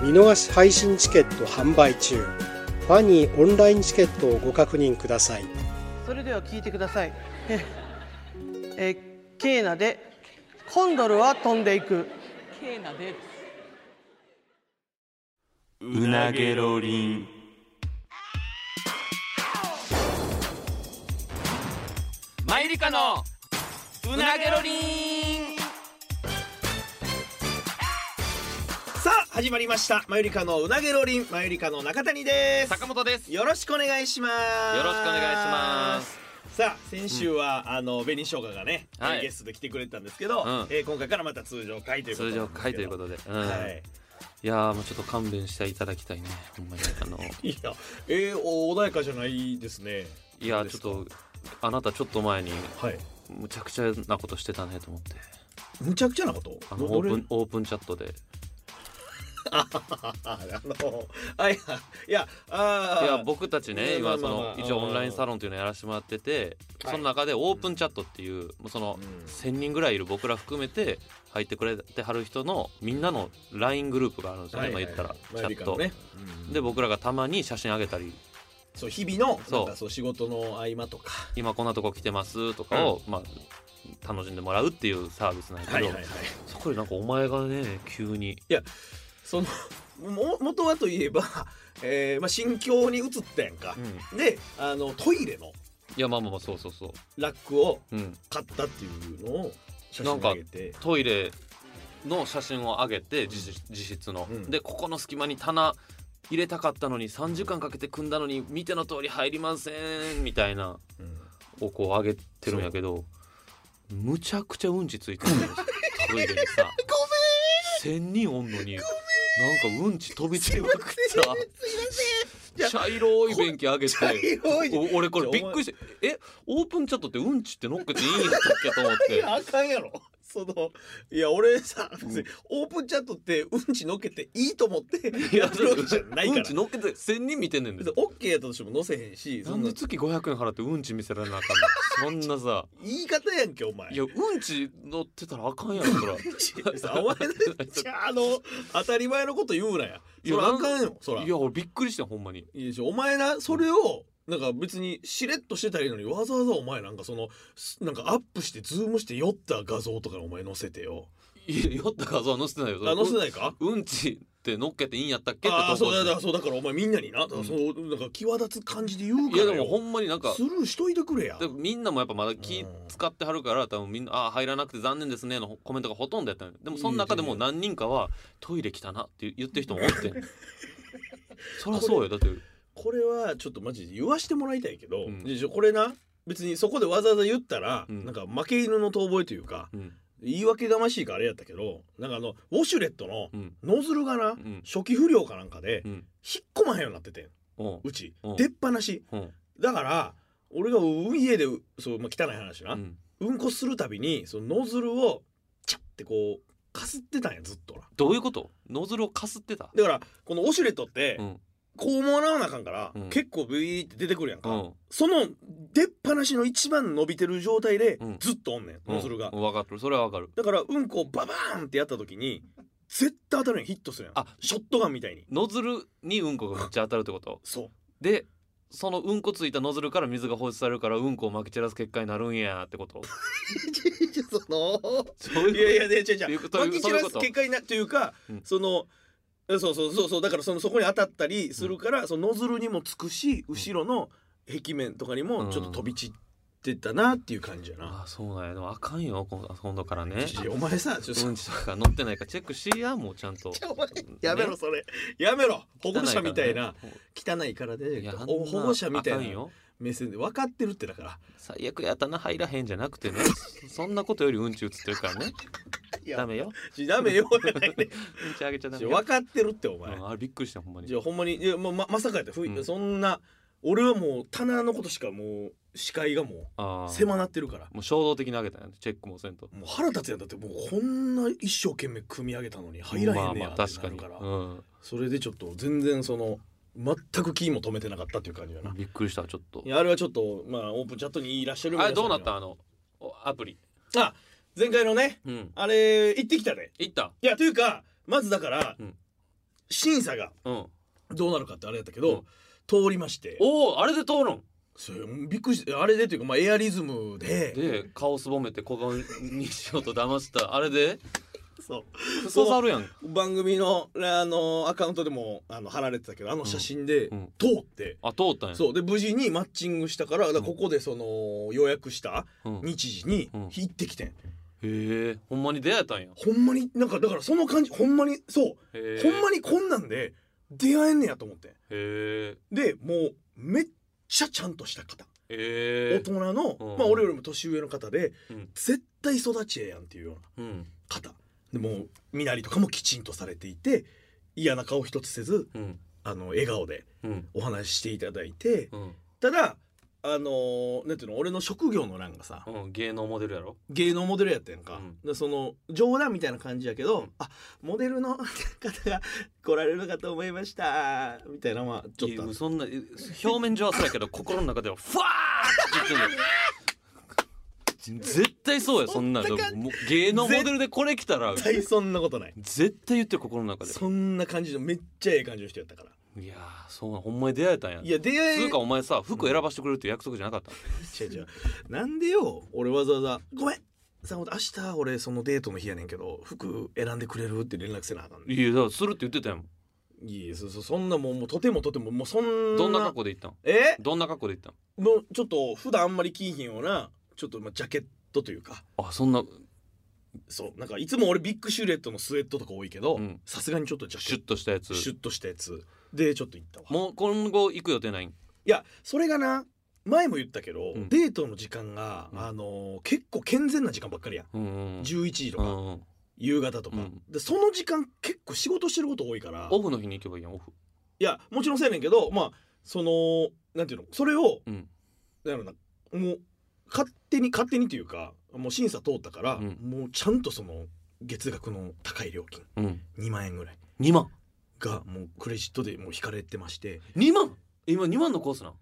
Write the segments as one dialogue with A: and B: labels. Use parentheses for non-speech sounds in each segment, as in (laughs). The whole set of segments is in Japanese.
A: 見逃し配信チケット販売中ファニーオンラインチケットをご確認ください
B: それでは聞いてください (laughs) えーえーケーナでコンドルは飛んでいく
C: ケーナで
D: うなげろりんマイリカのうなげろりん
E: さあ始まりましたマユリカのうなげろりんマユリカの中谷です
D: 坂本ですよ
E: よろしくお願いします
D: ろしくお願いします
E: さあ先週は、あの紅生姜がね、
D: はい
E: ゲストで来てくれたんですけど、
D: うん
E: えー今回からまた通常回ということ
D: 通
E: なんで
D: 常
E: すけど
D: 回ということで、うん
E: はい
D: い、やーもうちょっと勘弁していただきたいねほんまにあの
E: (laughs) いやえー、お穏やかじゃないですね
D: いやー
E: どうで
D: ち
E: すか
D: ょっとあなたちょっと前に
E: はい
D: むちゃくちゃなことしてたねと思って
E: むちゃくちゃなこと
D: あの
E: ど
D: オー
E: ど
D: プ
E: れ (laughs)
D: ンオープンチャットで
E: ああのあいやいやあ
D: い
E: ー
D: や僕たちね
E: まあ
D: 今そ
E: まあまあ
D: の一応オンラインサロンというのをやらせてもらっててその中でオープンチャットっていうもうその
E: うん
D: 1,000人ぐらいいる僕ら含めて入ってくれてはる人のみんなの LINE グループがあるんですよね今言ったらチ
E: マユ
D: ャ
E: リ
D: ッ
E: カの
D: ト
E: ね、
D: で僕らがたまに写真あげたり
E: そう日々の
D: そう
E: なんかそう仕事の合間とか
D: 「今こんなとこ来てます」とかをまあ楽しんでもらうっていうサービスなんやけどそこでなんかお前がね急に
E: そのも元はといえば、えーまあ、新境に移ったやんか
D: う、ん
E: であのトイレの
D: いやまあまあまあそうそうそ
E: ラックを
D: ううん
E: 買ったっていうのを写真に上げて
D: トイレの写真を上げて自室自室の、
E: うん
D: でここの隙間に棚入れたかったのに3時間かけて組んだのに見ての通り入りませんみたいな
E: うん
D: をこう上げてるんやけどむちゃくちゃうんちついてるん (laughs) ですよトイレにさごめん1000人おんのになんかうんち飛び散りまくっ
E: い
D: た
E: や
D: 茶色い便器上げて
E: 茶色い
D: お俺これびっくりしてえオープンチャットってうんちってノックっていいんやったっけと思っ
E: い
D: て
E: やあかんやろそのいや俺さ、別にオープンチャットってうんちのっけていいと思ってやってるわけじゃないか
D: う
E: ら
D: んち乗っけて1000人見てんねんで
E: 別に OK やったとしても載せへんし
D: な
E: そ
D: ん
E: んな
D: で月500円払ってうんち見せられなあかんのそんな
E: (laughs)
D: さ
E: 言い方やんけ (laughs) お前
D: いやうんち乗ってたらあかんやろそら
E: さお前ねじゃああの当たり前のこと言うなや
D: い
E: そ
D: や
E: らあかんよ (laughs) そら
D: いや俺びっくりしたほんまに
E: いいでしょお前なそれをなんか別にしれっとしてたらいいのにわざわざお前なんかそのすなんかアップしてズームして酔った画像とかお前載せてよ
D: いや酔った画像は載せてないよそれ
E: あ載せないか
D: うんうんちって乗っけていいんやったっけって
E: ああー
D: 投
E: そ
D: 稿
E: う
D: して
E: だだそうだからお前みんなになだからそのなんか際立つ感じで言う
D: い
E: から
D: や
E: よ
D: でもほんまになんか
E: スルーしといてくれや
D: でみんなもやっぱまだ気
E: うん
D: 使ってはるから多分みんな「ああ入らなくて残念ですね」のコメントがほとんどやったんよでもその中でも何人かは「トイレ来たな」って言ってる人もお
E: (laughs)
D: ってんそりゃそうよだって
E: これはちょっとマジで言わしてもらいたいけど、
D: うん
E: でしょこれな別にそこでわざわざ言ったら、
D: うん
E: なんか負け犬の遠吠えというか
D: うん
E: 言い訳がましいからあれやったけどなんかあのウォシュレットの
D: うん
E: ノズルがな、
D: ん
E: 初期不良かなんかで、
D: うん
E: 引っ込まへんようになっててん
D: おう
E: うち、
D: うん
E: 出っ放し
D: うん
E: だから俺がうん家でそう、まあ、汚い話な、
D: う
E: うん、
D: ん
E: こするたびにそのノズルをチャッてこうかすってたんやずっとな
D: どういうことノズルをかすってた
E: だからこのウォシュレットって、
D: うん
E: こう思わなあかんから、
D: うん
E: 結構ビーって出てくるやんか、
D: うん
E: その出っ放しの一番伸びてる状態で、
D: うん
E: ずっとおんねんノズルが、
D: うん分かってるそれは分かる
E: だからうんこをババーンってやった時に絶対当たるやんヒットするやん
D: あ
E: ショットガンみたいに
D: ノズルにうんこがめっちゃ当たるってこと
E: そう
D: でそのうんこついたノズルから水が放出されるからうんこをまき散らす結果になるんやってこと
E: (laughs) その
D: そう
E: いやい
D: いう
E: やで違う違
D: いううこと
E: まき散
D: そう
E: らす
D: いうこと
E: 結果になというか、
D: うん
E: そのえそうそうそうそうだからそのそこに当たったりするから、そのノズルにもつくし後ろの壁面とかにもちょっと飛び散ってたなっていう感じやな、
D: あそうなんやでもあかんよ今今度からね
E: いやお前さちょっと、
D: うんちとか乗ってないかチェックしやもうちゃんと
E: お前 (laughs) やめろそれやめろ保護者みたいな
D: 汚いか
E: 汚いから
D: らねい
E: で
D: やあんな
E: お保護者みた
D: あかん
E: いな
D: よ
E: 目線で分かって
D: (laughs)
E: るってだから
D: 最悪やったな入らへんじゃなくてねそんなことよりうんち映ってるからね
E: や
D: ダメよ
E: しダメよやないね
D: うんちあげちゃダメ
E: し
D: よ
E: 分かってるってお前
D: うんあれびっくりしたほんまに
E: じゃあほんまにいやまままさかやったふい、
D: うん
E: そんな俺はもう棚のことしかもう視界がも
D: あ
E: う
D: ー
E: 狭なってるから
D: もう衝動的にあげたんやチェックもせんと
E: もう腹立つやんだってもうこんな一生懸命組み上げたのに入らへんねや
D: まあまあ
E: って
D: 確
E: な
D: か
E: る
D: に
E: から、
D: うん
E: それでちょっと全然その全くキーも止めてなかったっていう感じだな、
D: びっくりしたちょっと
E: いやあれはちょっとまあオープンチャットにいらっしゃる
D: あれ
E: 皆さん
D: どう
E: に
D: な
E: は
D: ったあのおアプリ
E: あ前回のね
D: うん
E: あれ行ってきたね
D: いった
E: いやというかまずだから、
D: うん
E: 審査が
D: うん
E: どうなるかってあれやったけど、
D: うん
E: 通りまして
D: おおあれで通るん
E: それびっくりしてあれでというか、まあ、エアリズムで
D: で顔すぼめて小顔にしようと騙したあれ (laughs) で
E: そ
D: クソざるやん
E: う番組のあのアカウントでもあの貼られてたけどあの写真で
D: うんうん
E: 通って、
D: あ通ったんや
E: そうで無事にマッチングしたからだから
D: うん
E: ここでその予約した
D: うん、へ
E: 日時に
D: うん
E: 行ってきてん、
D: えほんまに出会えたんや
E: ほんまになんかだからその感じほんまにそう、
D: へえ
E: ほんまにこんなんで出会えんねやと思って
D: へ
E: でもうめっちゃちゃんとした方
D: えへ
E: 大
D: え
E: 人の、
D: うん
E: まあ俺よりも年上の方で、
D: うん
E: 絶対育ちええやんっていうような
D: うん
E: 方でもう身なりとかもきちんとされていて嫌な顔一つせず
D: うん
E: あの笑顔で
D: うん
E: お話ししていただいて
D: うん
E: ただあのーなんていうの俺の職業の欄がさ
D: うん芸能モデルやろ
E: 芸能モデルやったやんか、
D: うん
E: でその冗談みたいな感じやけど、
D: ん
E: あモデルの方が (laughs) 来られるのかと思いましたみたいなのはちょっ
D: いや
E: とあ
D: もう
E: った
D: そんなえ表面上はそうやけど心の中ではファーって言ってんの (laughs) 絶対そうやそんな
E: そんな感じ
D: もう芸能モデルでこれ来たら
E: 絶対そんなことない
D: 絶対言ってる心の中で
E: そんな感じのめっちゃええ感じの人やったから
D: いやーそうなほんまに出会えたんや
E: いや出会
D: つ
E: え
D: うかお前さ服選ばしてくれるって約束じゃなかった
E: 違う違うなんでよ俺わざわざ「ごめんさ本明日俺そのデートの日やねんけど服選んでくれる?」って連絡せなあかんね
D: いやだからするって言ってたやん
E: んいやそそそんなもうもうとてもとてももうそんな
D: どんな格好で行ったん
E: え
D: どんな格好で行ったん
E: のちょっと普段あんまり着いひんようなちょっとまあジャケットというか
D: あそんな
E: そうなんかいつも俺ビッグシュレットのスウェットとか多いけど
D: うん
E: さすがにちょっとジャ
D: シュ
E: ケ
D: ッとしたや
E: ット
D: つ
E: シュッとしたやつでちょっと行ったわ
D: もう今後行く予定ないん
E: いやそれがな前も言ったけど、
D: うん
E: デートの時間が、
D: うん
E: あのー結構健全な時間ばっかりやん、
D: うんうんうん
E: 11時と
D: う
E: か、
D: んうん
E: 夕方とか、
D: うん
E: でその時間結構仕事してること多いから
D: オフの日に行けばいいやんオフ
E: いやもちろんそうやねんけどまあそのなんていうのそれを
D: うん
E: なんやろなもう勝手に勝手にというかもう審査通ったから、
D: うん
E: もうちゃんとその月額の高い料金
D: うん
E: 2万円ぐらい
D: 2万
E: がもうクレジットでもう引かれてまして
D: 2万今2万のコースなん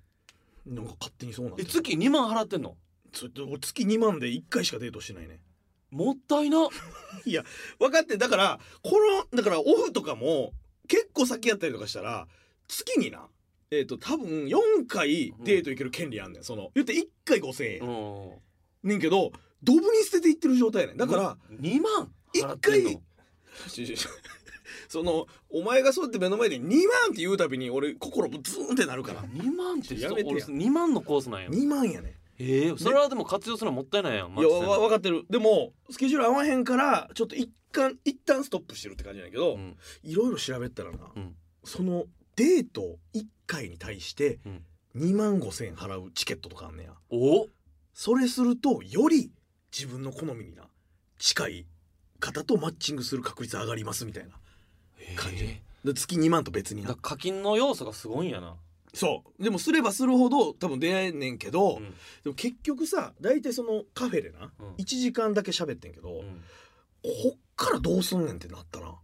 E: なんか勝手にそうなん
D: え月2万払ってんの
E: それ俺月2万で1回しかデートしてないね
D: もったいな
E: 分かってだからこのだからオフとかも結構先やったりとかしたら月になえっ、と多分4回デート行ける権利あんねんその言って1回5,000円、
D: ん
E: ねんけどドブに捨てていってる状態やねんだから、
D: 2万払ってんの
E: そのお前がそうやって目の前で2万って言うたびに俺心ブツンってなるから
D: 2万って
E: やめてや
D: 俺2万のコースなんや
E: 2万やねん
D: ええそれはでも活用するのもったいないやん
E: いや
D: マッチさん
E: わ分かってるでもスケジュール合わへんからちょっと一旦一旦ストップしてるって感じなんやけど、
D: うん
E: いろいろ調べたらな、
D: うん
E: そのデート1回に対して
D: うん
E: 2万5千円払うチケットとかあんねや
D: お
E: それするとより自分の好みにな近い方とマッチングする確率上がりますみたいな感じ、
D: え
E: で月2万と別に
D: え
E: な
D: だから課金の要素がすごいんやな
E: そうでもすればするほど多分出会えんねんけど、
D: うん
E: でも結局さ大体そのカフェでな、
D: うん
E: 1時間だけ喋ってんけど、
D: うん
E: こっからどうすんねんってなったな
D: あ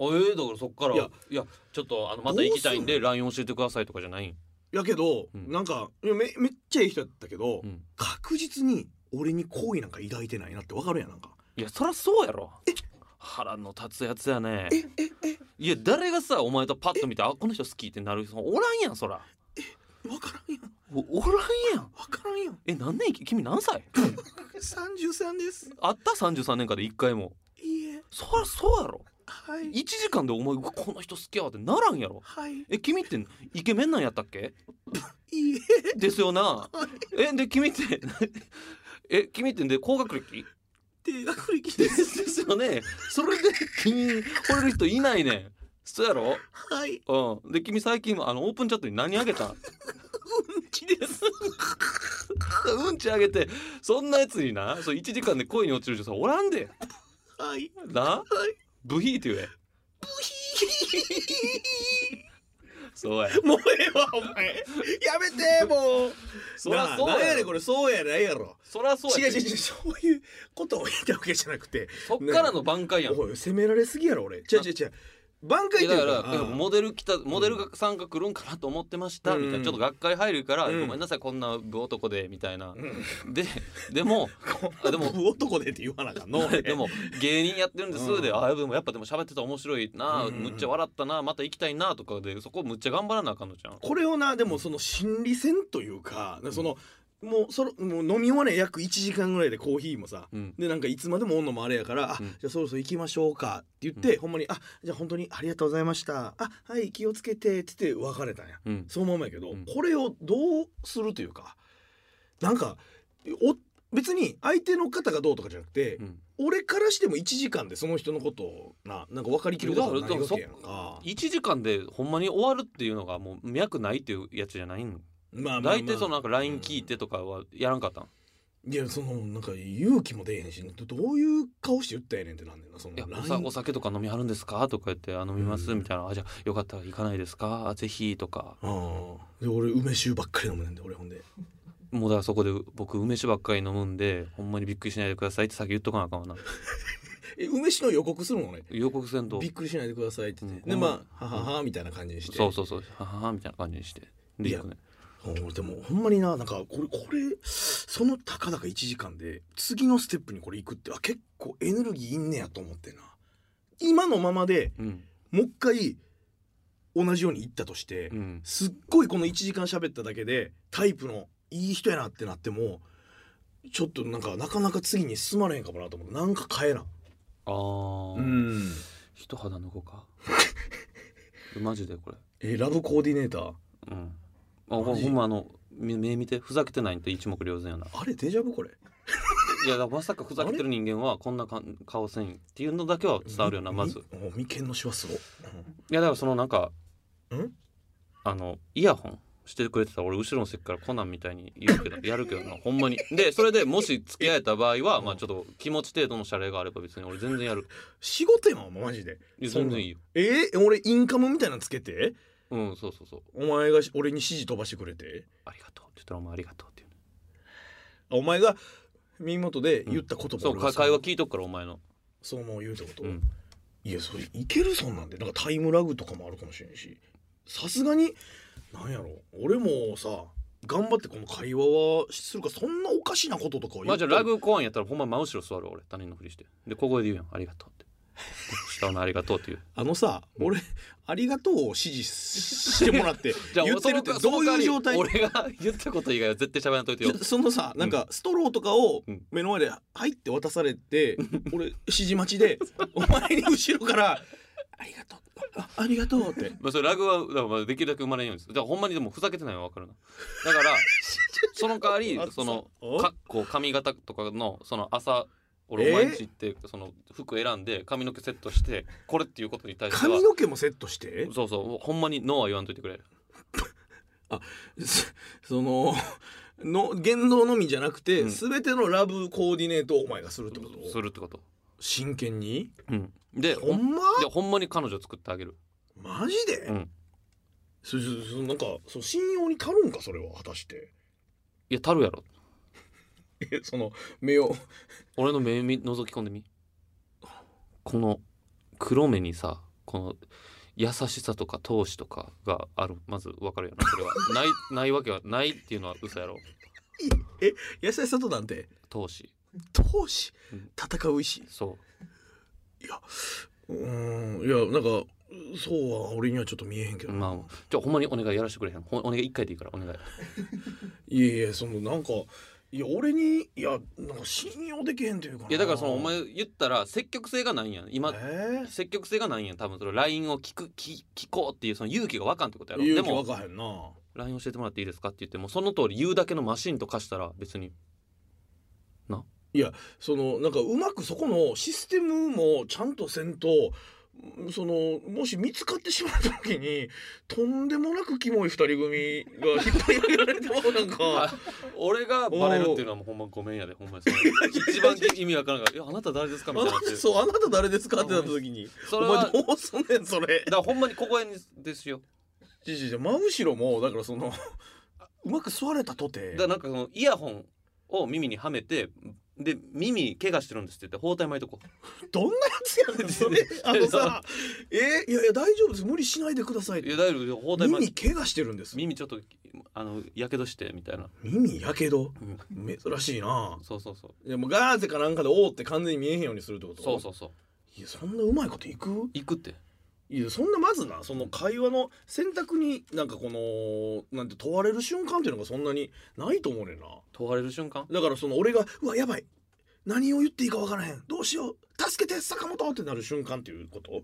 D: ええだからそっからい
E: いや
D: やちょっとあのまた行きたいん
E: ど
D: で
E: う
D: LINE 教えてくださいとかじゃないん
E: やけど、
D: うん
E: なんかいやめめっちゃいい人だったけど、
D: うん
E: 確実に俺に好意なんか抱いてないなってわかるやんなんか
D: いやそりゃそうやろ腹の立つやつやね
E: えええ
D: いや誰がさお前とパッと見てあこの人好きってなる人おらんやんそら
E: わからんやん
D: おおらんやん
E: わからんやん
D: え何年生き君何歳
E: 33です
D: あった33年間で1回も
E: いいえ
D: そりゃそうやろ
E: はい
D: 1時間でお前うわこの人好きやわってならんやろ
E: はいい
D: え君ってイケメンなんやったっけ
E: いえ
D: ですよ (laughs) なえで君って (laughs) え君ってで高学歴
E: 低学
D: (laughs)
E: 歴
D: で
E: です
D: ですよねそれで君惚れる人いないねんそうや
E: はい
D: ろうんで君最近あのオープンチャットに何あげたん
E: うんちです
D: (laughs) うんちあげてそんなやつになそう1時間で恋に落ちる人さおらんで
E: はい
D: なブヒーって言えそうや
E: もうええわお前やめてもう
D: そら
E: なあ
D: そうやろ
E: なんやねんこれそうやないやろ
D: そらそう
E: 違
D: や
E: う違う違うそういうことを言いたいわけじゃなくて
D: そっからの挽回やん
E: おい責められすぎやろ俺違う違う違う挽
D: い
E: 回
D: や
E: ってい
D: だか
E: うから
D: だからモデル来たモデルさんが来るんかなと思ってました、
E: うん
D: みたいなちょっとがっかり入るから、
E: うん
D: ごめんなさいこんな部男でみたいな
E: う、ん
D: でで
E: (laughs)
D: もあでも
E: こんな男でって言わなあかんの俺
D: (laughs) でも芸人やってるんです、
E: うん
D: であでもやっぱでも喋ってたら面白いな、
E: うん
D: むっちゃ笑ったなまた行きたいなとかでそこむっちゃ頑張らなあかんのじゃん
E: これをなでもその心理戦というかそのもうそろもう飲み終わね約1時間ぐらいでコーヒーもさ
D: うん
E: でなんかいつまでもおんのもあれやから「あ
D: うん
E: じゃあそろそろ行きましょうか」って言って、
D: う
E: ほんまに「あじゃあ本当にありがとうございました」「あはい気をつけて」って言って別れたんや
D: うん
E: そのままやけど、
D: うん
E: これをどうするというかなんかお別に相手の方がどうとかじゃなくて、
D: うん
E: 俺からしても1時間でその人のことをななんか分かりきることはないわけやん
D: だ
E: か。
D: 1時間でほんまに終わるっていうのがもう脈ないっていうやつじゃないの
E: まあまあまあ
D: 大体そのなんか LINE 聞いてとかはやらんかったん
E: いやそのなんか勇気も出えへんしどどういう顔して言ったんやねんってなんねんなその
D: いや
E: LINE
D: おさお酒とか飲みはるんですか?」とか言って「あ飲みます」
E: うん
D: みたいな「あじゃあよかったら行かないですかあぜひ」とか
E: ああで俺梅酒ばっかり飲むねんで俺ほんで
D: もうだからそこで僕梅酒ばっかり飲むんでほんまにびっくりしないでくださいって先言っとかなあかんわな
E: え梅酒の予告するのね
D: 予告せんと
E: びっくりしないでくださいって言って、
D: うん
E: で
D: うん
E: まあはははみたいな感じにして
D: そうそうそうはははみたいな感じにしてで
E: いや
D: 行くね
E: うん俺でもほんまにななんかこれこれそのたかだか1時間で次のステップにこれ行くってあ結構エネルギーいんねやと思ってな今のままで
D: うん
E: もう一回同じように行ったとして、
D: うん
E: すっごいこの1時間喋っただけでタイプのいい人やなってなってもちょっとなんかなかなか次に進まれへんかもなと思ってなんか変えな
D: あー、
E: ん
D: 一肌脱ごうか (laughs) マジでこれ
E: えラブコーディネーター
D: うんあほ
E: マ
D: ん
E: ジ
D: ほんまあのみ目見てふざけてないんで一目瞭然やな
E: あれデジャブこれ
D: (laughs) いやだからまさかふざけてる人間はこんなかん顔せんっていうのだけは伝わるよなまず
E: みお眉間のシワすごい、
D: いやだからそのなんか
E: ん
D: あのイヤホンしてくれてたら俺後ろの席からコナンみたいに言う
E: (laughs)
D: けどやるけどなほんまにでそれでもし付き合えた場合はまあちょっと気持ち程度の謝礼があれば別に俺全然やる
E: 仕事やんお前マジで
D: いや
E: そんな
D: 全然いいよ
E: えー、俺インカムみたいなのつけて
D: うんそうそうそう
E: お前がし俺に指示飛ばしてくれて
D: ありがとうって言ったらお前ありがとうって言うね
E: あお前が耳元で言った言葉
D: そう
E: 俺が
D: か
E: さ
D: 会話聞いとくからお前の
E: そうもう言うってこと、
D: うん
E: いやそれいけるそんなんでなんかタイムラグとかもあるかもしれんしさすがになんやろ俺もさ頑張ってこの会話はするからそんなおかしなこととかは
D: まあじゃあ
E: た
D: ラグ公演やったらほんま真後ろ座るわ俺他人のふりしてで小声で言うやんありがとうってで下のありがとうっていう
E: あのさ俺ありがとうを指示してもらって
D: (laughs) じゃあ
E: 言ってるってどういう状態
D: その代わり俺が言ったこと以外は絶対喋らんといてよ
E: ちょそのさなんかストローとかを
D: うん
E: 目の前で「はい」って渡されて、俺指示待ち
D: (laughs)
E: でお前に後ろから「ありがとうあありがとう」って
D: (laughs) まあ、それラグはだからまあできるだけ生まれんようにするだからほんまにでもふざけてないのは分かるなだから
E: (laughs)
D: その代わり
E: あ
D: その
E: そう
D: かこう髪型とかのその朝俺
E: え
D: お前んち行ってその服選んで髪の毛セットしてこれっていうことに対しては
E: 髪の毛もセットして
D: そうそうほんまにノーは言わんといてくれ
E: す (laughs) そのの言動のみじゃなくて、
D: うん
E: 全てのラブコーディネートをお前がするってこと
D: するってこと
E: 真剣に
D: うんでほ
E: ほ
D: ん
E: んま
D: でほんまに彼女作ってあげる
E: マジで、
D: うん
E: そそそなんかそう信用に足るんかそれは果たして (laughs)
D: いやたるやろ
E: えその目を
D: 俺の目見覗き込んでみこの黒目にさこの優しさとか闘志とかがあるまず分かるよなそれは (laughs) ないないわけはないっていうのは嘘やろ
E: 優しさとなんて
D: 闘志
E: 闘志
D: うん
E: 戦う意志
D: そ
E: いやうーんいやなんかそうは俺にはちょっと見えへんけ
D: う
E: ど、
D: まあじゃあほんまにお願いやらせてくれへんほんお願い一回でいいからお願い
E: いやいやそのなんかいや俺にいやなんか信用できへんというかない
D: やだからそのお前言ったら積極性がないんやん今
E: えー
D: 積極性がないんやん多分その LINE を聞く聞聞こうっていうその勇気がわかんってことやろで
E: 勇気
D: も
E: わかへんな
D: LINE 教えてもらっていいですかって言ってもその通り言うだけのマシンと化したら別に
E: そのなんかうまくそこのシステムもちゃんとせんとそのもし見つかってしまった時にとんでもなくキモい二人組が引っ張り上げられてもなん
D: (laughs) あ
E: か
D: 俺がバレるっていうのはもうほんまごめんやでほんまにそ (laughs) れ一番意味わからんから「いやあなた誰ですか?」
E: あ
D: みたい
E: な
D: になって
E: たそうあなた誰ですかってなった時に
D: そ
E: お
D: れはだ
E: 前
D: か
E: どうすんねん
D: (laughs)
E: それ
D: らほんまにここへですよ
E: じいじいじ真後ろもだからそのうまく座れたとて
D: だからなんかそのイヤホンを耳にはめてで耳怪我してるんですって言って包帯巻いとこう
E: どんなやつやねん
D: (laughs)
E: それあのさえいやいや大丈夫です無理しないでくださいっ
D: いや
E: て
D: 大丈夫包帯巻い
E: 耳
D: て
E: 怪我してるんです
D: 耳ちょっとあのやけどしてみたいな、
E: 耳やけど
D: うん、
E: 珍しいな
D: そうそうそう
E: いやもうガーゼかなんかで覆って完全に見えへんようにするってこと
D: そうそうそう
E: いやそんなうまいこといく
D: 行くって
E: いやそんなまずなその会話の選択になんかこのなんて問われる瞬間っていうのがそんなにないと思うねんな
D: 問われる瞬間
E: だからその俺が「うわやばい何を言っていいか分からへんどうしよう助けて坂本!」ってなる瞬間っていうこと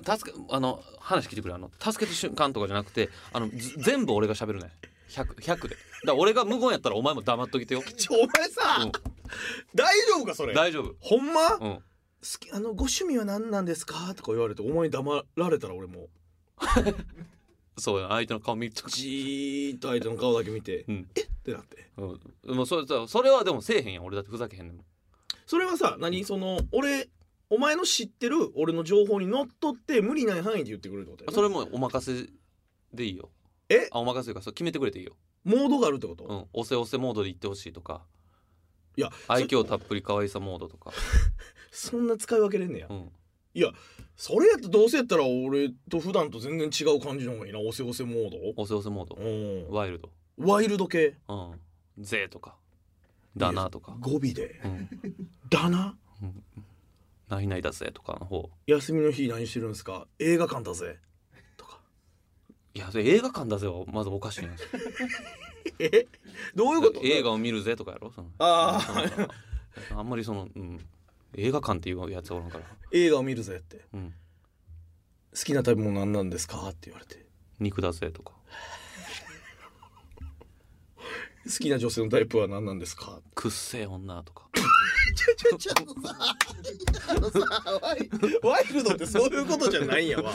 D: だから助けあの話聞いてくれあの助けて瞬間とかじゃなくてあのず全部俺が喋るね 100, 100でだから俺が無言やったらお前も黙っとき (laughs) てよ、
E: ちょお前さ、
D: うん
E: 大丈夫かそれ
D: 大丈夫
E: ほんま、好
D: うん
E: きあのご趣味は何なんですかとか言われてお前に黙られたら俺も
D: そうや相手の顔見とく
E: じーっと相手の顔だけ見て、
D: うん
E: えってなって
D: (laughs) うん、もうそれそれはでもせえへんやん俺だってふざけへんねんもん
E: それはさ何その俺お前の知ってる俺の情報にのっとって無理ない範囲で言ってくれるってことやな
D: それもお任せでいいよ
E: え
D: あお任せというかそう決めてくれていいよ、
E: モードがあるってこと、
D: うん、おせおせモードで言ってほしいとか
E: いや
D: 愛嬌たっぷり可愛さモードとか、
E: そんな使い分けれんねや、
D: うん、
E: それやったらどうせやったら俺と普段と全然違う感じの方がいいなおせおせモード
D: おせおせモード
E: うん
D: ワイルド
E: ワイルド系
D: うん「ぜ」とか「だな」とか
E: 語尾
D: 「
E: で
D: うん、
E: 「だな
D: ないないだぜ」とかの方
E: 休みの日何してるんですか映画館だぜ」とか
D: いやそれ映画館だぜはまずおかしい (laughs) な
E: えどういうこと
D: 映画を見るぜとかやろその
E: あ
D: そのあんまりその、うん、映画館っていうやつはおらんから、
E: (laughs) 映画を見るぜって
D: うん、
E: 好きな食べ物何なんですかって言われて
D: 肉だぜとか
E: 好きな女性のタイプは何なんですか
D: くっせえ女とか
E: ちょちょっとさあのさワイワイルドってそういうことじゃないんやわ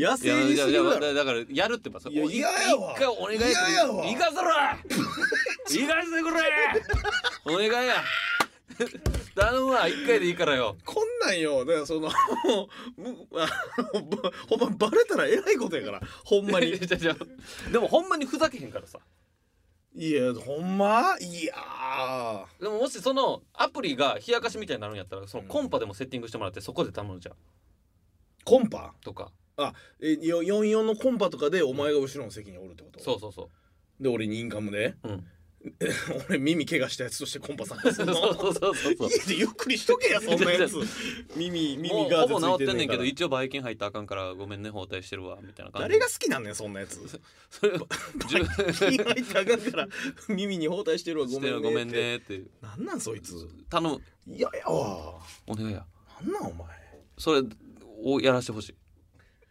D: いや
E: 生に
D: い
E: す
D: やいや
E: るだろ
D: だからやるってばさ
E: いや
D: お
E: 嫌やわ
D: 一回お願いする
E: 嫌やわ
D: 行かせ
E: (laughs)
D: ろ行かせてくれお願いや頼むわ一回でいいからよ
E: こんなんよだからそのむあのばほんまバレたらえらいことやからほんまに
D: じゃじゃでもほんまにふざけへんからさ
E: いやほんまいやー
D: でももしそのアプリが冷やかしみたいになるんやったらそのコンパでもセッティングしてもらってそこで頼むじゃん
E: コンパ
D: とか
E: えよ44のコンパとかでお前が後ろの席におるってこと
D: そうそうそう
E: で俺にインカムで
D: う、うん、
E: 俺耳怪我したやつとしてコンパさんです
D: そ
E: ん
D: う
E: の
D: そうそうそうそう
E: 家でゆっくりしとけやそんなやつ耳
D: も
E: (laughs) 耳
D: う
E: ガーゼ
D: ほ
E: つ
D: ぼ治
E: いて
D: ってんね
E: んね
D: ん
E: ん
D: け
E: け
D: ど
E: ど
D: 一応バイキン入ったらあかんからごめんね包帯してるわみたいな感じ
E: 誰が好きなんねんそんなやつ
D: それ (laughs) 十
E: 気に入ったらあかんから耳に包帯してるわご
D: して
E: めんね
D: るごめんねって
E: なんなんそいつ
D: 頼む
E: いやいやわ
D: お願いや
E: なんなんお前
D: それをやらしてほし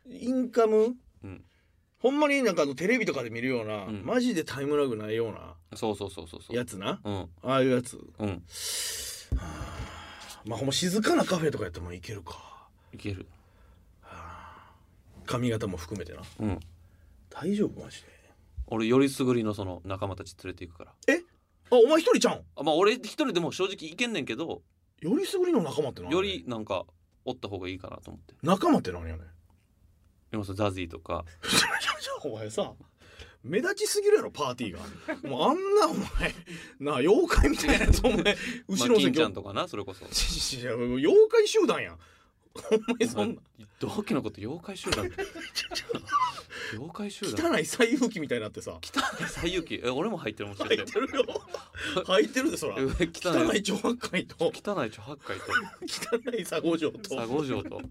D: い
E: インカム、
D: うん
E: ほんまになんかあのテレビとかで見るような、
D: うん
E: マジでタイムラグないような
D: そうそうそうそうそう
E: やつな
D: うん
E: ああいうやつ
D: うん
E: まあほんま静かなカフェとかやってもいけるか
D: いける
E: 髪型も含めてな
D: うん
E: 大丈夫マジで
D: 俺よりすぐりのその仲間たち連れていくから
E: あお前一人ちゃうん
D: あまあ俺一人でも正直いけんねんけど
E: よりすぐりの仲間って何
D: よりなんかおった方がいいかなと思って
E: 仲間って何やねん
D: でもそのザジーとか
E: (laughs) お前さ目立ちすぎるやろパーティー
D: (laughs)
E: がもうあんなお前なあ妖怪みたいなやつ
D: (laughs)
E: お前
D: ま
E: 後
D: あ
E: ろの
D: 金
E: 席
D: ちゃんとかなそれこそ
E: いや (laughs) 妖怪集団やんお前そんな
D: 同期のこと妖怪集
E: (laughs)
D: 団って妖怪集団
E: 汚い財布機みたいになってさ
D: 最有機え俺も入ってるもんしか
E: 入ってるよ (laughs) 入ってるでそら
D: 汚い汚
E: 汚い
D: い
E: 上八回と
D: 汚いちょ八回と
E: 汚い佐合城と
D: 佐五条と
E: 汚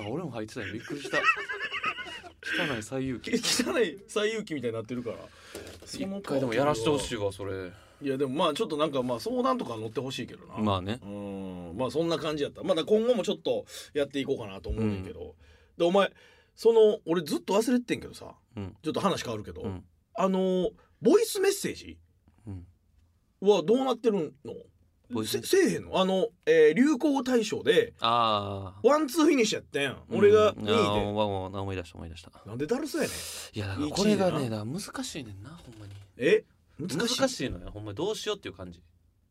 D: あ俺も入ってたよびっくり
E: (laughs)
D: した汚い最有機
E: い汚い最有機みたいになってるからその
D: 一回でもやらしてほしい
E: い
D: わそれ
E: いやでもまあちょっとなんかまあ相談とか乗ってほしいけどな
D: まあね
E: うんまあそんな感じやったまだ今後もちょっとやっていこうかなと思うねんだけど、でお前その俺ずっと忘れててんけどさ、
D: うん
E: ちょっと話変わるけど、
D: うん
E: あのボイスメッセージ
D: うん
E: はどうなってるの
D: ボイス
E: せせえへんのあの、えー流行語大賞で
D: ああ
E: ワンツーフィニッシュやってん俺が2位で、
D: 位で思い出した思い出した
E: なんでだるそうやね
D: い
E: ん
D: やだからこれが
E: 一
D: ね
E: 位
D: だから難しいねんなほんまに
E: え
D: 難
E: 難し
D: し
E: い
D: いのよほんまにどうしようっていう感じ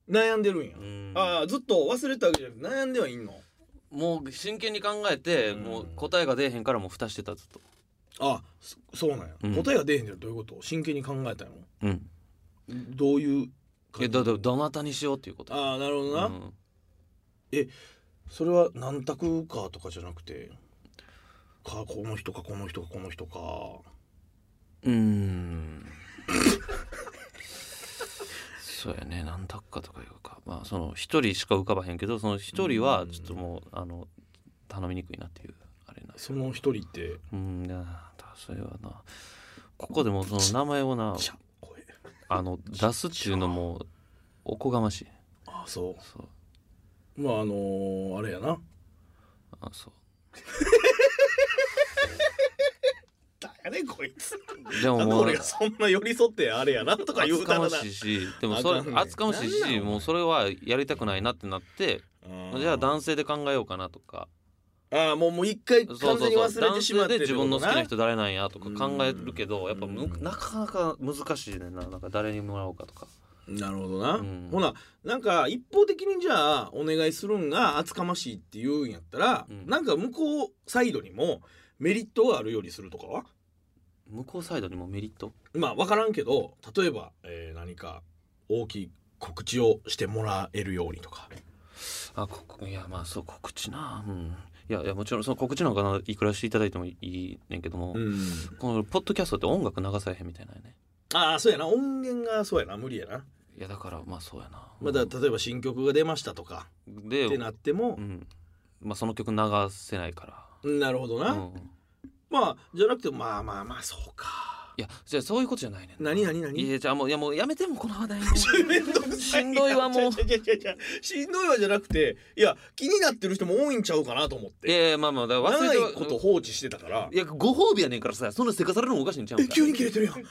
E: 悩んでるんや
D: うん
E: ああずっと忘れてたわけじゃなくて悩んではいんの
D: もう真剣に考えて
E: うん
D: もう答えが出えへんからもう蓋してたずっと
E: あそそうなんや、
D: うん
E: 答えが出えへんってどういうこと真剣に考えたの
D: うん
E: どういう
D: い
E: 感
D: や
E: じ
D: だだどなたにしようっていうこと
E: ああなるほどな、
D: うん
E: それは何択かとかじゃなくてかこの人かこの人かこの人か
D: うーんそうやね何択かとかいうかまあその一人しか浮かばへんけどその一人はちょっともうあの頼みにくいなっていうあれなんです
E: その一人って
D: うんいやだからそれはなここでもその名前をな
E: ちゃ声
D: あの出すっていうのもおこがましい
E: ああそ
D: そう
E: うまああのーあれやな
D: あそう
E: だやねこいつ
D: でも
E: なんで
D: もう
E: 俺がそんな寄り添ってあれやなとか言
D: 厚
E: うた
D: からま
E: な
D: しいしでもそれ
E: あかんね
D: 厚かましい
E: なんなんお
D: し
E: 前
D: もうそれはやりたくないなってなって
E: うん
D: じゃあ男性で考えようかなとか
E: ああもうもう一回
D: そうそ
E: 完全
D: う
E: に
D: そう
E: 忘れ
D: 男
E: てしま
D: 性
E: って
D: で
E: っ
D: 自
E: て
D: 分の好きな
E: こと
D: 人誰なんやとか考えるけ
E: う
D: ど
E: ん
D: やっぱむ
E: うん
D: なかなか難しいねんななんか誰にもらおうかとか
E: ななるほどな、
D: うん
E: ほななんか一方的にじゃあお願いするんが厚かましいって言うんやったら、
D: うん
E: なんか向こうサイドにもメリットがあるようにするとかは
D: 向こうサイドにもメリット
E: まあ分からんけど例えば、えー何か大きい告知をしてもらえるようにとか
D: あここいやまあそう告知なうんいやいやもちろんその告知なんかないくらしていただいてもいいねんけども
E: うん
D: このポッドキャストって音楽流されへんみたいなんやね
E: ああそうやな音源がそうやな無理やな、
D: いやだからまあそうやな
E: まあだ例えば新曲が出ましたとか
D: で
E: ってなっても
D: う、んまあその曲流せないか
E: なるほど
D: ら
E: な、
D: うん
E: まあじゃなくてまあまあまあそうか
D: いやじゃあそういうことじゃないねんな
E: 何何何
D: いやじゃあもういやもうやめてもうこの話 (laughs) 題も
E: めんどくさ
D: しんどいわもう
E: ちゃちゃちゃちゃしんどいわじゃなくていや気になってる人も多いんちゃうかなと思っ
D: い
E: て
D: やいやまあまあだから忘
E: 長
D: れて
E: いこと放置してたから
D: いやご褒美やねんからさそんなせかされるのもおかしいんちゃうん
E: え
D: か
E: 急に切れてるやんえ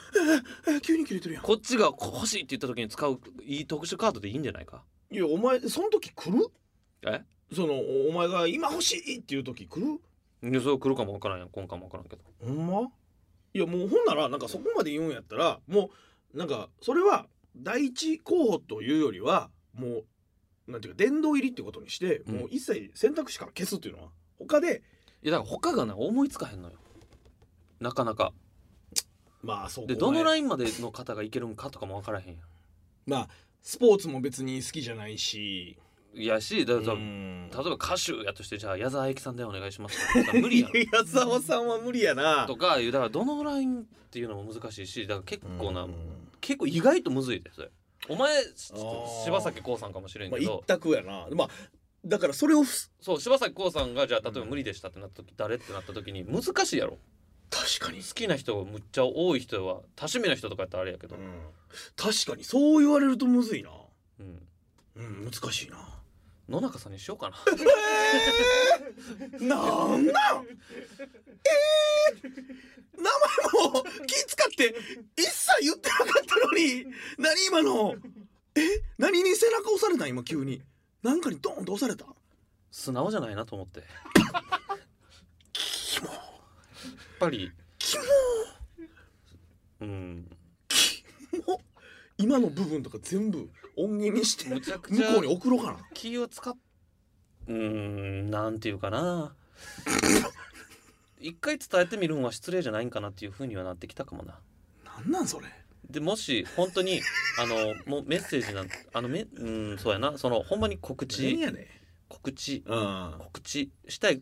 E: ええ急に切れてるやん
D: こっちがこ欲しいって言った時に使ういい特殊カードでいいんじゃないか
E: いやお前その時来る
D: え
E: そのおお前が今欲しいっていう時来る
D: いやそう来るかもわからんやん今回もわからんけど
E: ほんまいやもうほんならなんかそこまで言うんやったらもうなんかそれは第一候補というよりはもうなんていうか殿堂入りってことにして、
D: うん
E: もう一切選択肢から消すっていうのは他で
D: いやだから他がな思いつかへんのよなかなか
E: まあそう
D: で
E: お
D: ど
E: 前
D: のラインまでの方がいけるんかとかもわからへんや
E: まあスポーツも別に好きじゃないし
D: んいやしだから
E: うん
D: 例えば歌手やとしてじゃあ矢沢永吉さんでお願いしますとか無理や
E: (laughs)
D: ん
E: 矢沢さんは無理やな
D: とかいうだからどのラインっていうのも難しいしだから結構な、
E: うん
D: 結構意外とむずいですお前し
E: あー
D: 柴咲コウさんかもしれん
E: まあ
D: けど、
E: 一択やなまあだからそれをふす
D: そう柴咲コウさんがじゃあ例えば無理でしたってなった時、誰ってなった時に難しいやろ
E: 確かに
D: 好きな人がむっちゃ多い人は多趣味な人とかやったらあれやけ
E: う
D: ど、
E: ん確かにそう言われるとむずいな
D: うん、
E: うん難しいな
D: 野中さんにしようかな (laughs)
E: なんなんえー、名前も気使って一切言ってなかったのに何今のえ何に背中押された今急になんかにドーンと押された
D: 素直じゃないなと思ってやっぱりうん
E: も今の部分とか全部音源にして
D: む
E: 向
D: ちゃ
E: こ
D: くちゃ
E: うに送ろうかな
D: 気を使っうーんなんていうか (laughs) な一回伝えてみるのは失礼じゃないんかなっていうふうにはなってきたかもな
E: なんなんそれ
D: でもし本当にあのもうメッセージなんあのめうんそうやなそのほんまに告
E: 何
D: 知
E: やねん
D: 告知
E: うん (laughs) 何
D: 告知したい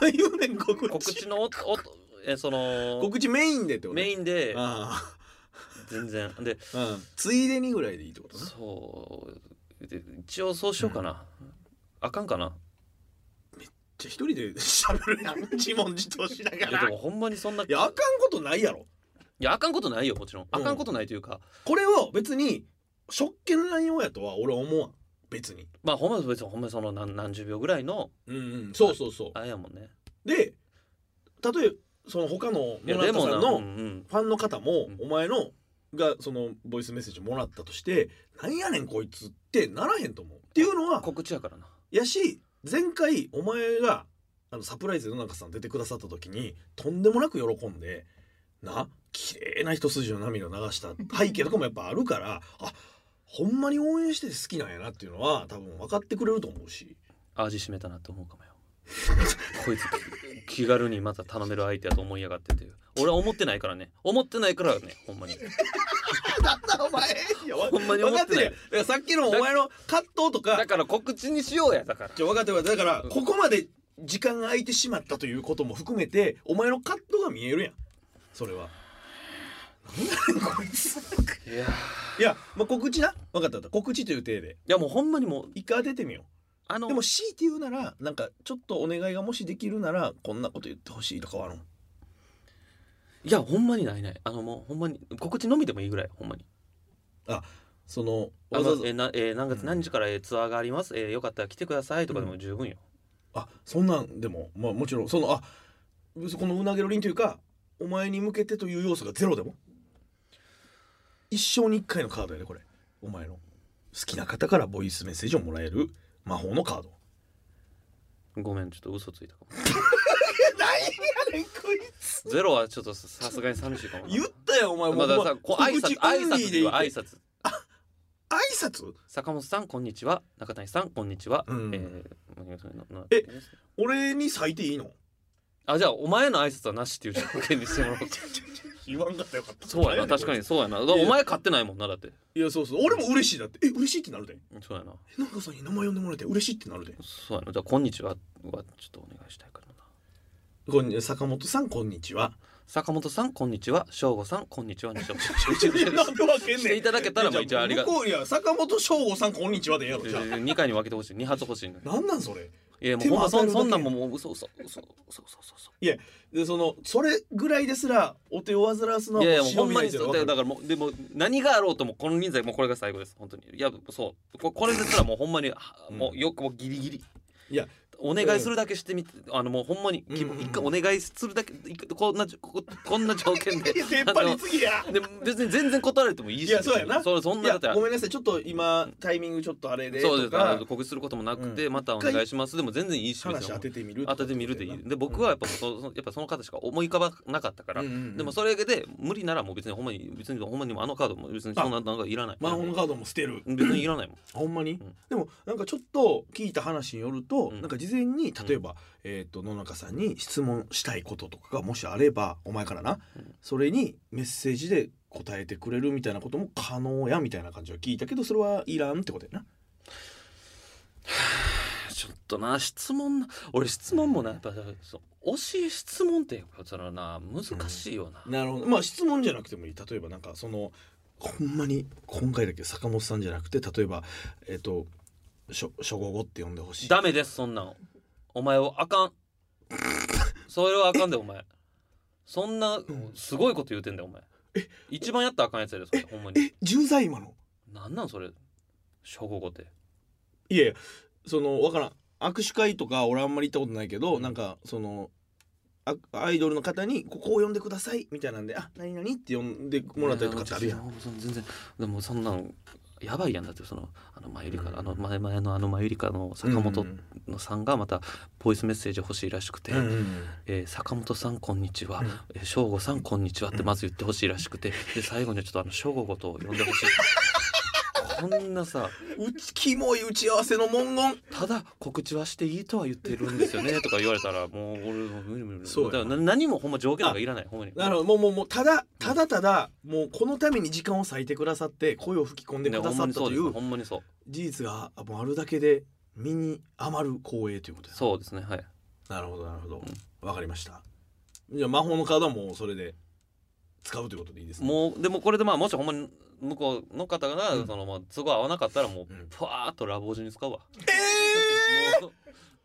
E: 回言うねん告知
D: 告知のおおえその
E: 告知メインでってこと
D: メ
E: イン
D: インで
E: あ
D: 全然で
E: あ、うん、ついでにぐらいでいいってことな
D: そうで一応そうしようかな、あかんかな
E: じゃあ一人で喋るやん自問自答しなが
D: いやで
E: ら
D: もほんまにそんない
E: いやあかんことないやろ
D: いやあかんことないよもちろんあかんことないというか、
E: これを別に職権の内容やとは俺は思わん別に
D: まあほんま別にほんまにその何何十秒ぐらいの
E: うんうんそうそうそ
D: あれやもんね
E: うで例えばその他の
D: いや
E: 野中さん
D: なう
E: の
D: んうん
E: ファンの方も
D: うん
E: お前のがそのボイスメッセージもらったとしてなんやねんこいつってならへんと思うっていうのは
F: 告知やからな
E: やし前回お前があのサプライズで野中さん出てくださった時にとんでもなく喜んでな綺麗な一筋の涙を流した背景とかもやっぱあるからあほんまに応援してて好きなんやなっていうのは多分分かってくれると思
D: (laughs)
E: うし
D: 味しめたなって思うかもよ (laughs) こいつ気気軽にまた頼める相手やと思いやがってっていう俺は思ってないからね思ってないからねほんまに
E: だったお前
D: ほんまに思ってない
E: だからさっきのお前の葛藤とか
D: だから告知にしようやだから
E: じゃ分かってる分かってるだからここまで時間が空いてしまったということも含めてお前の葛藤が見えるやんそれは。なんだこいつ
D: いやい
E: いや、まあ、告知な分かった分かった告知という体で
D: やもうほんまにもう
E: 一回当ててみよ
D: あ
E: う
D: の
E: でも強いて言うならなんかちょっとお願いがもしできるならこんなこと言ってほしいとかはあるの
D: いやほんまにないないあのもうほんまに告知のみでもいいぐらいほんまに
E: その
D: あ
E: わざわ
D: の
E: ざ
D: えーなえー何月何時からえーツアーがあります、えーよかったら来てくださいとかでも十分よ、
E: あそんなんでもまあもちろんそのあこのうなげろりんというかお前に向けてという要素がゼロでも一生に一回のカードやでこれお前の好きな方からボイスメッセージをもらえる魔法のカード
D: ごめんちょっと嘘ついた
E: (laughs)
D: かも
E: ないやねんこいつ
D: ゼロはちょっとささすがに寂しいかもな
E: 言ったよお前も
D: ま
E: う
D: ださこう挨
E: 告知
D: 拶
E: オ
D: 挨
E: ンリ
D: 拶
E: ーで
D: で
E: いい
D: は挨
E: って
D: 拶
E: 挨拶
D: 坂本さんこんにちは中谷さんこんにちは、
E: うん
D: えー何がそれなな
E: え俺に咲いていいの
D: あじゃあお前の挨拶はなしっていう条件にして
E: (laughs)
D: もらおう
E: 言わんかったよかった
D: そうやな確かにそうやなだから
E: いや
D: お前買ってないもんなだって
E: いやそうそう俺も嬉しいだってえ嬉しいってなるで
D: そうやな
E: えなんかさんに名前呼んでもらえて嬉しいってなるで
D: そうやなじゃあこんにちははちょっとお願いしたいからな
E: こんに坂本さんこんにちは
D: 坂本さんこんにちは省吾さんこんにちはにしてほしい
E: い
D: (laughs)
E: やなんで分けんねん
D: していただけたらまあ一応ありが
E: 向こういや坂本翔吾さんこんにちはでええやろじゃあ
D: 2回に分けてほしい2発欲しいのよ
E: なんなんそれ
D: いやもうほんまそ
E: 手
D: ん
E: も
D: そ
E: 当たるだけ
D: んなんももう嘘嘘嘘嘘嘘嘘
E: でそのそれぐらいですらお手を煩わすの
D: い
E: は
D: やいやもう
E: 忍
D: ほん
E: び
D: ま
E: な
D: に
E: いってい
D: そう
E: の
D: う
E: は
D: だ
E: 分
D: だか
E: かる
D: らもうでも何があろうともこの人材もうこれが最後です本当にいやそうここれですらもうほんまには
E: うん
D: もうよくもうギリギリ
E: いや
D: お願いするだけしてみてあのもうほんまに希望
E: うんうんうん
D: 一回お願いするだけ一回こんなじここんな条件で
E: い (laughs) や出っ張り次や
D: あので別に全然断られてもいいし
E: いやそうやな
D: そそん
E: い
D: なだ
E: や
D: ったら
E: ごめんなさいちょっと今タイミングちょっとあれで
D: そうで
E: と
D: すあ
E: か
D: の告知することもなくて、またお願いしますでも全然いいし別
E: 話
D: に
E: 当ててみる
D: 当ててみるでいいで僕はやっぱそそやっぱその方しか思い浮かばなかったから、
E: うんうんうん
D: でもそれで無理ならもう別にほんまに別にほんまにもうあのカードも別にそんななんかいらない
E: 魔法のカードも捨てる
D: 別にいらないもん
E: ほんまに、
D: ん
E: でもなんかちょっと聞いた話によると、
D: うん
E: なんか事前に例えば、えっ、と野中さんに質問したいこととかがもしあればお前からな、
D: うん
E: それにメッセージで答えてくれるみたいなことも可能やみたいな感じは聞いたけどそれはいらんってことやな
D: ちょっとな質問な俺質問もなやっぱそう惜しい質問ってやっぱそのな難しいよな、
E: なるほどまあ質問じゃなくてもいい例えばなんかそのほんまに今回だけ坂本さんじゃなくて例えばえっ、と初初号語って呼んでほしい
D: ダメですそんなんお前はあかんそれはあかんでお前そんなすごいこと言うてんだよお前一番やったらあかんやつやでそれほんまに
E: え重罪今の
D: なんなんそれ初号語って
E: いやいやそのわからん握手会とか俺あんまり行ったことないけどなんかそのあアイドルの方に「ここを呼んでください」みたいなんで「あ何々」って呼んでもらったりとかってあるやん
D: い。もう全然でもそんなんやばいやんだってそのあのマユリカ、あの前前のあのマユリカの坂本
E: うん
D: のさんがまたボイスメッセージ欲しいらしくて、
E: うんうん
D: えー坂本さんこんにちは
E: うん、
D: えー、正吾さんこんにちはってまず言ってほしいらしくて、で最後にちょっとあの正吾ごとを呼んでほしい。こんなさ、
E: うちキモい打ち合わせの文言
D: ただ告知はしていいとは言ってるんですよねとか言われたら、もう俺もう無理無理無理。
E: そうや
D: だからな何もほんま条件なんかいらない。ほんまに。
E: なるほどもうもうもうただただただもうこのために時間を割いてくださって声を吹き込んで
D: ね
E: くだ
D: ほんま
E: さった
D: にそ
E: と
D: う
E: い
D: です
E: う
D: ほんまにそう。
E: 事実がもうあるだけで身に余る光栄ということや
D: そうですね。はい。
E: なるほどなるほどわかりましたじゃあ魔法のカードはもうそれで使うということでいいですね
D: もうでもこれでまあもしほんまに向こうの方が
E: うん
D: そのまあ都合合わなかったらもう
E: うん
D: パーッとラボージュに使うわ。
E: ええ
D: もう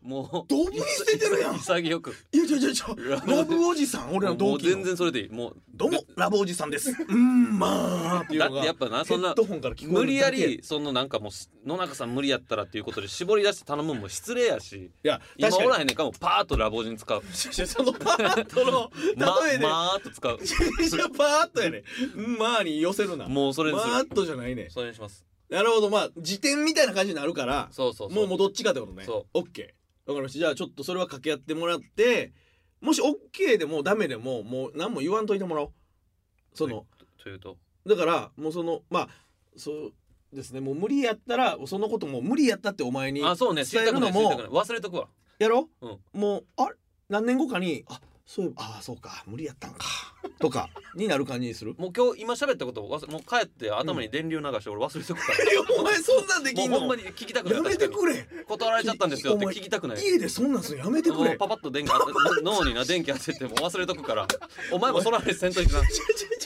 D: もう
E: ドブに捨ててるやん
D: 潔く
E: いやちょちょちょ
D: ラブ
E: ラブおじさん俺らの
D: も
E: 同
D: う
E: 期
D: 全
E: の
D: 然それでいいもう
E: どうもラブおじさんですうーんまあっていう
D: だっ
E: の
D: て
E: が
D: やっぱなそん
E: ヘ
D: な
E: ッドホンから聞こ
D: 無
E: えるだけ
D: 理やりそのなんかもうす野中さん無理やったらっていうことで絞り出して頼むんも失礼やし
E: いや
D: 今
E: 確
D: お
E: かに
D: らへんねんからもうパーッとラボジン使
E: (laughs)
D: う
E: ちょちょそのパーッとの
D: (laughs) ま
E: 例えで、
D: まーっと使う
E: じゃパーッとやねうんまあに寄せるな
D: もうそれにする
E: まあっとじゃないね
D: それにします
E: なるほどまあ辞典みたいな感じになるから
D: そうそうそう
E: もうもうどっちかってことね
D: そ
E: オッケーわかりましたじゃあちょっとそれは掛け合ってもらってもしオッケーでもダメでももう何も言わんといてもらおうその、
D: というと
E: だからもうそのまあそうですねもう無理やったらそのこともう無理やったってお前に
D: あそうね知
E: 伝
D: り
E: え
D: た
E: る
D: くな
E: の
D: い知り
E: も
D: たくない忘れとくわ
E: やろ、
D: うん
E: もうあれ何年後かにあそういえばああそうか無理やったんかとかになる感じに
D: (laughs)
E: する
D: もう今日今喋ったことを忘れもう帰って頭に電流流して俺忘れとくから、
E: (laughs) いやお前そんなんできん
D: もう
E: の
D: ほんまに聞きたく
E: (laughs)
D: ない
E: やめて
D: 確か
E: くれ
D: に断られちゃったんですよって聞きたくない
E: 家でそんなんするのやめてく
D: も
E: れ
D: うパパッと電気当て (laughs) 脳にな電気当ててもう忘れとくからお前もその話せんといてな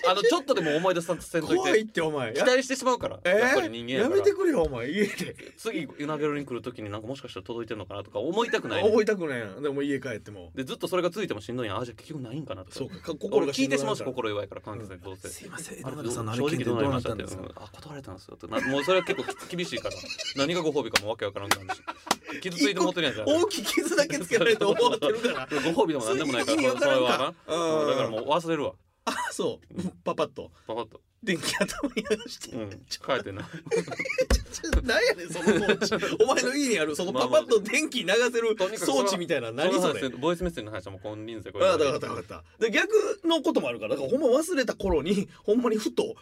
D: あのちょっとでも思い出さんとせんとい
E: 怖いっててお前
D: 期待してしまうから、
E: え
D: やっぱり人間や
E: や
D: から
E: めてくれよお前家で
D: 次うなげろに来る時になんかもしかしたら届いてんのかなとか思いたくないね、
E: 覚えたくないやんでも家帰っても
D: でずっとそれがついてもしんどいんやあじゃあ結局ないんかなとか
E: そうかか
D: 俺
E: 心が
D: 聞いてしまうし
E: しんどくなる
D: 心弱いから関係ないどうせ、
E: からすいません
D: あ
E: 野
D: の
E: 中さんのあれ
D: 正
E: 聞い
D: 直
E: て
D: どう
E: どう
D: なり
E: な
D: ま
E: っ
D: した
E: た
D: っ
E: ん
D: て
E: ですか
D: うんあ断られたんですよってなもうそれは結構き厳しい
E: (laughs)
D: から何がご褒美かもわけわからんくなるし傷ついてもってるやんじゃん (laughs)
E: 大きい傷だけつけられて思ってるから (laughs)
D: ご褒美でも何でもないから
E: そういう意味
D: それ
E: わ
D: は
E: からんか
D: な
E: うん
D: うんだからもう忘れるわ
E: あそうパパッと
D: パパッと
E: 電気頭にやらして
D: うん帰ってな
E: なんやねんその装置お前の家にあるそのパパッと電気流せる
D: とにかくそ
E: 装
D: の
E: 置みたいな
D: そ
E: (laughs) 何
D: の
E: そ
D: 話
E: れ
D: ボイスメッセージの話はもう金輪際これ
E: ああ、だから、だから、だからで逆のこともあるから、だから、ほんま忘れた頃に、ほんまにふと。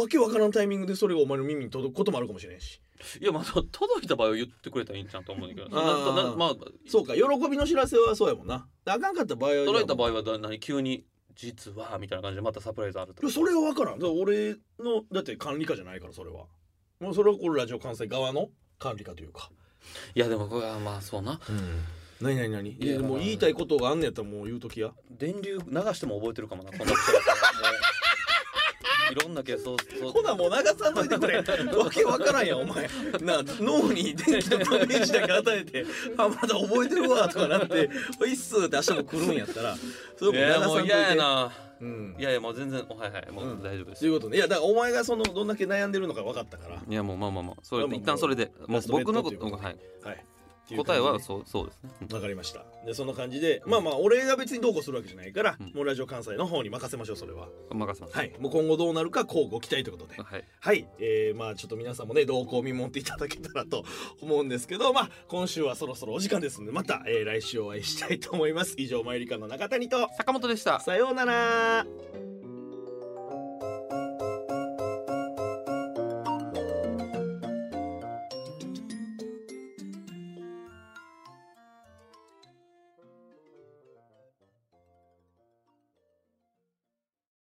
E: わけわからんタイミングで、それがお前の耳に届くこともあるかもしれんし。
D: いやまあそう届いた場合は言ってくれたらいいんちゃうと思うんだけど
E: あー
D: ななまあ
E: そうか、喜びの知らせはそうやもんな。であかんかった場合は。
D: 届いた場
E: 合。
D: 合はだ何急に「実は」みたいな感じでまたサプライズあるとか
E: それはわからん。だから俺の、だって管理下じゃないから、それは。もう、それは、これラジオ関西側の管理下というか。
D: いやでもこれはまあそうな
E: うん。なになになに。い
D: い
E: や、
D: や
E: もう言いたいことがあんねやったら、もう言うときや。
D: 電流流しても覚えてるかもなこんなことだったらもういろんなケースをそう
E: ほなもう流さんとい
D: (laughs)
E: てくれわけわからんやんお前なあ脳に電気のダメージだけ与えて「あまだ覚えてるわ」とかなって「おいっす」って明日も来るんやったらそ
D: い
E: れ
D: や
E: も
D: も
E: う
D: う
E: 流さんといて
D: 嫌やな
E: うん
D: いやいやもう全然はいはいもう大丈夫で
E: と
D: す、
E: いうことねいやだからお前がそのどんだけ悩んでるのか分かったから
D: いやもうまあまあまあそれ
E: まあまあ
D: 一旦それでも
E: ラ
D: う
E: ストベッ
D: 僕
E: ド
D: のこ
E: ということとで
D: はい
E: はいっていう感
D: 答
E: じ
D: え
E: で
D: はそうそうですねうん
E: わかりましたでそんな感じでまあまあ俺が別にどうこうするわけじゃないから、
D: うん
E: もうラジオ関西の方に任せましょうそれは
D: 任せます
E: はいもう今後どうなるかこうご期待ということで
D: はい
E: はい、えー、まあちょっと皆さんもね動向を見守っていただけたらと思うんですけどまあ今週はそろそろお時間ですのでまた、えー、来週お会いしたいと思います以上マユリカの中谷と
D: 坂本でした
E: さようなら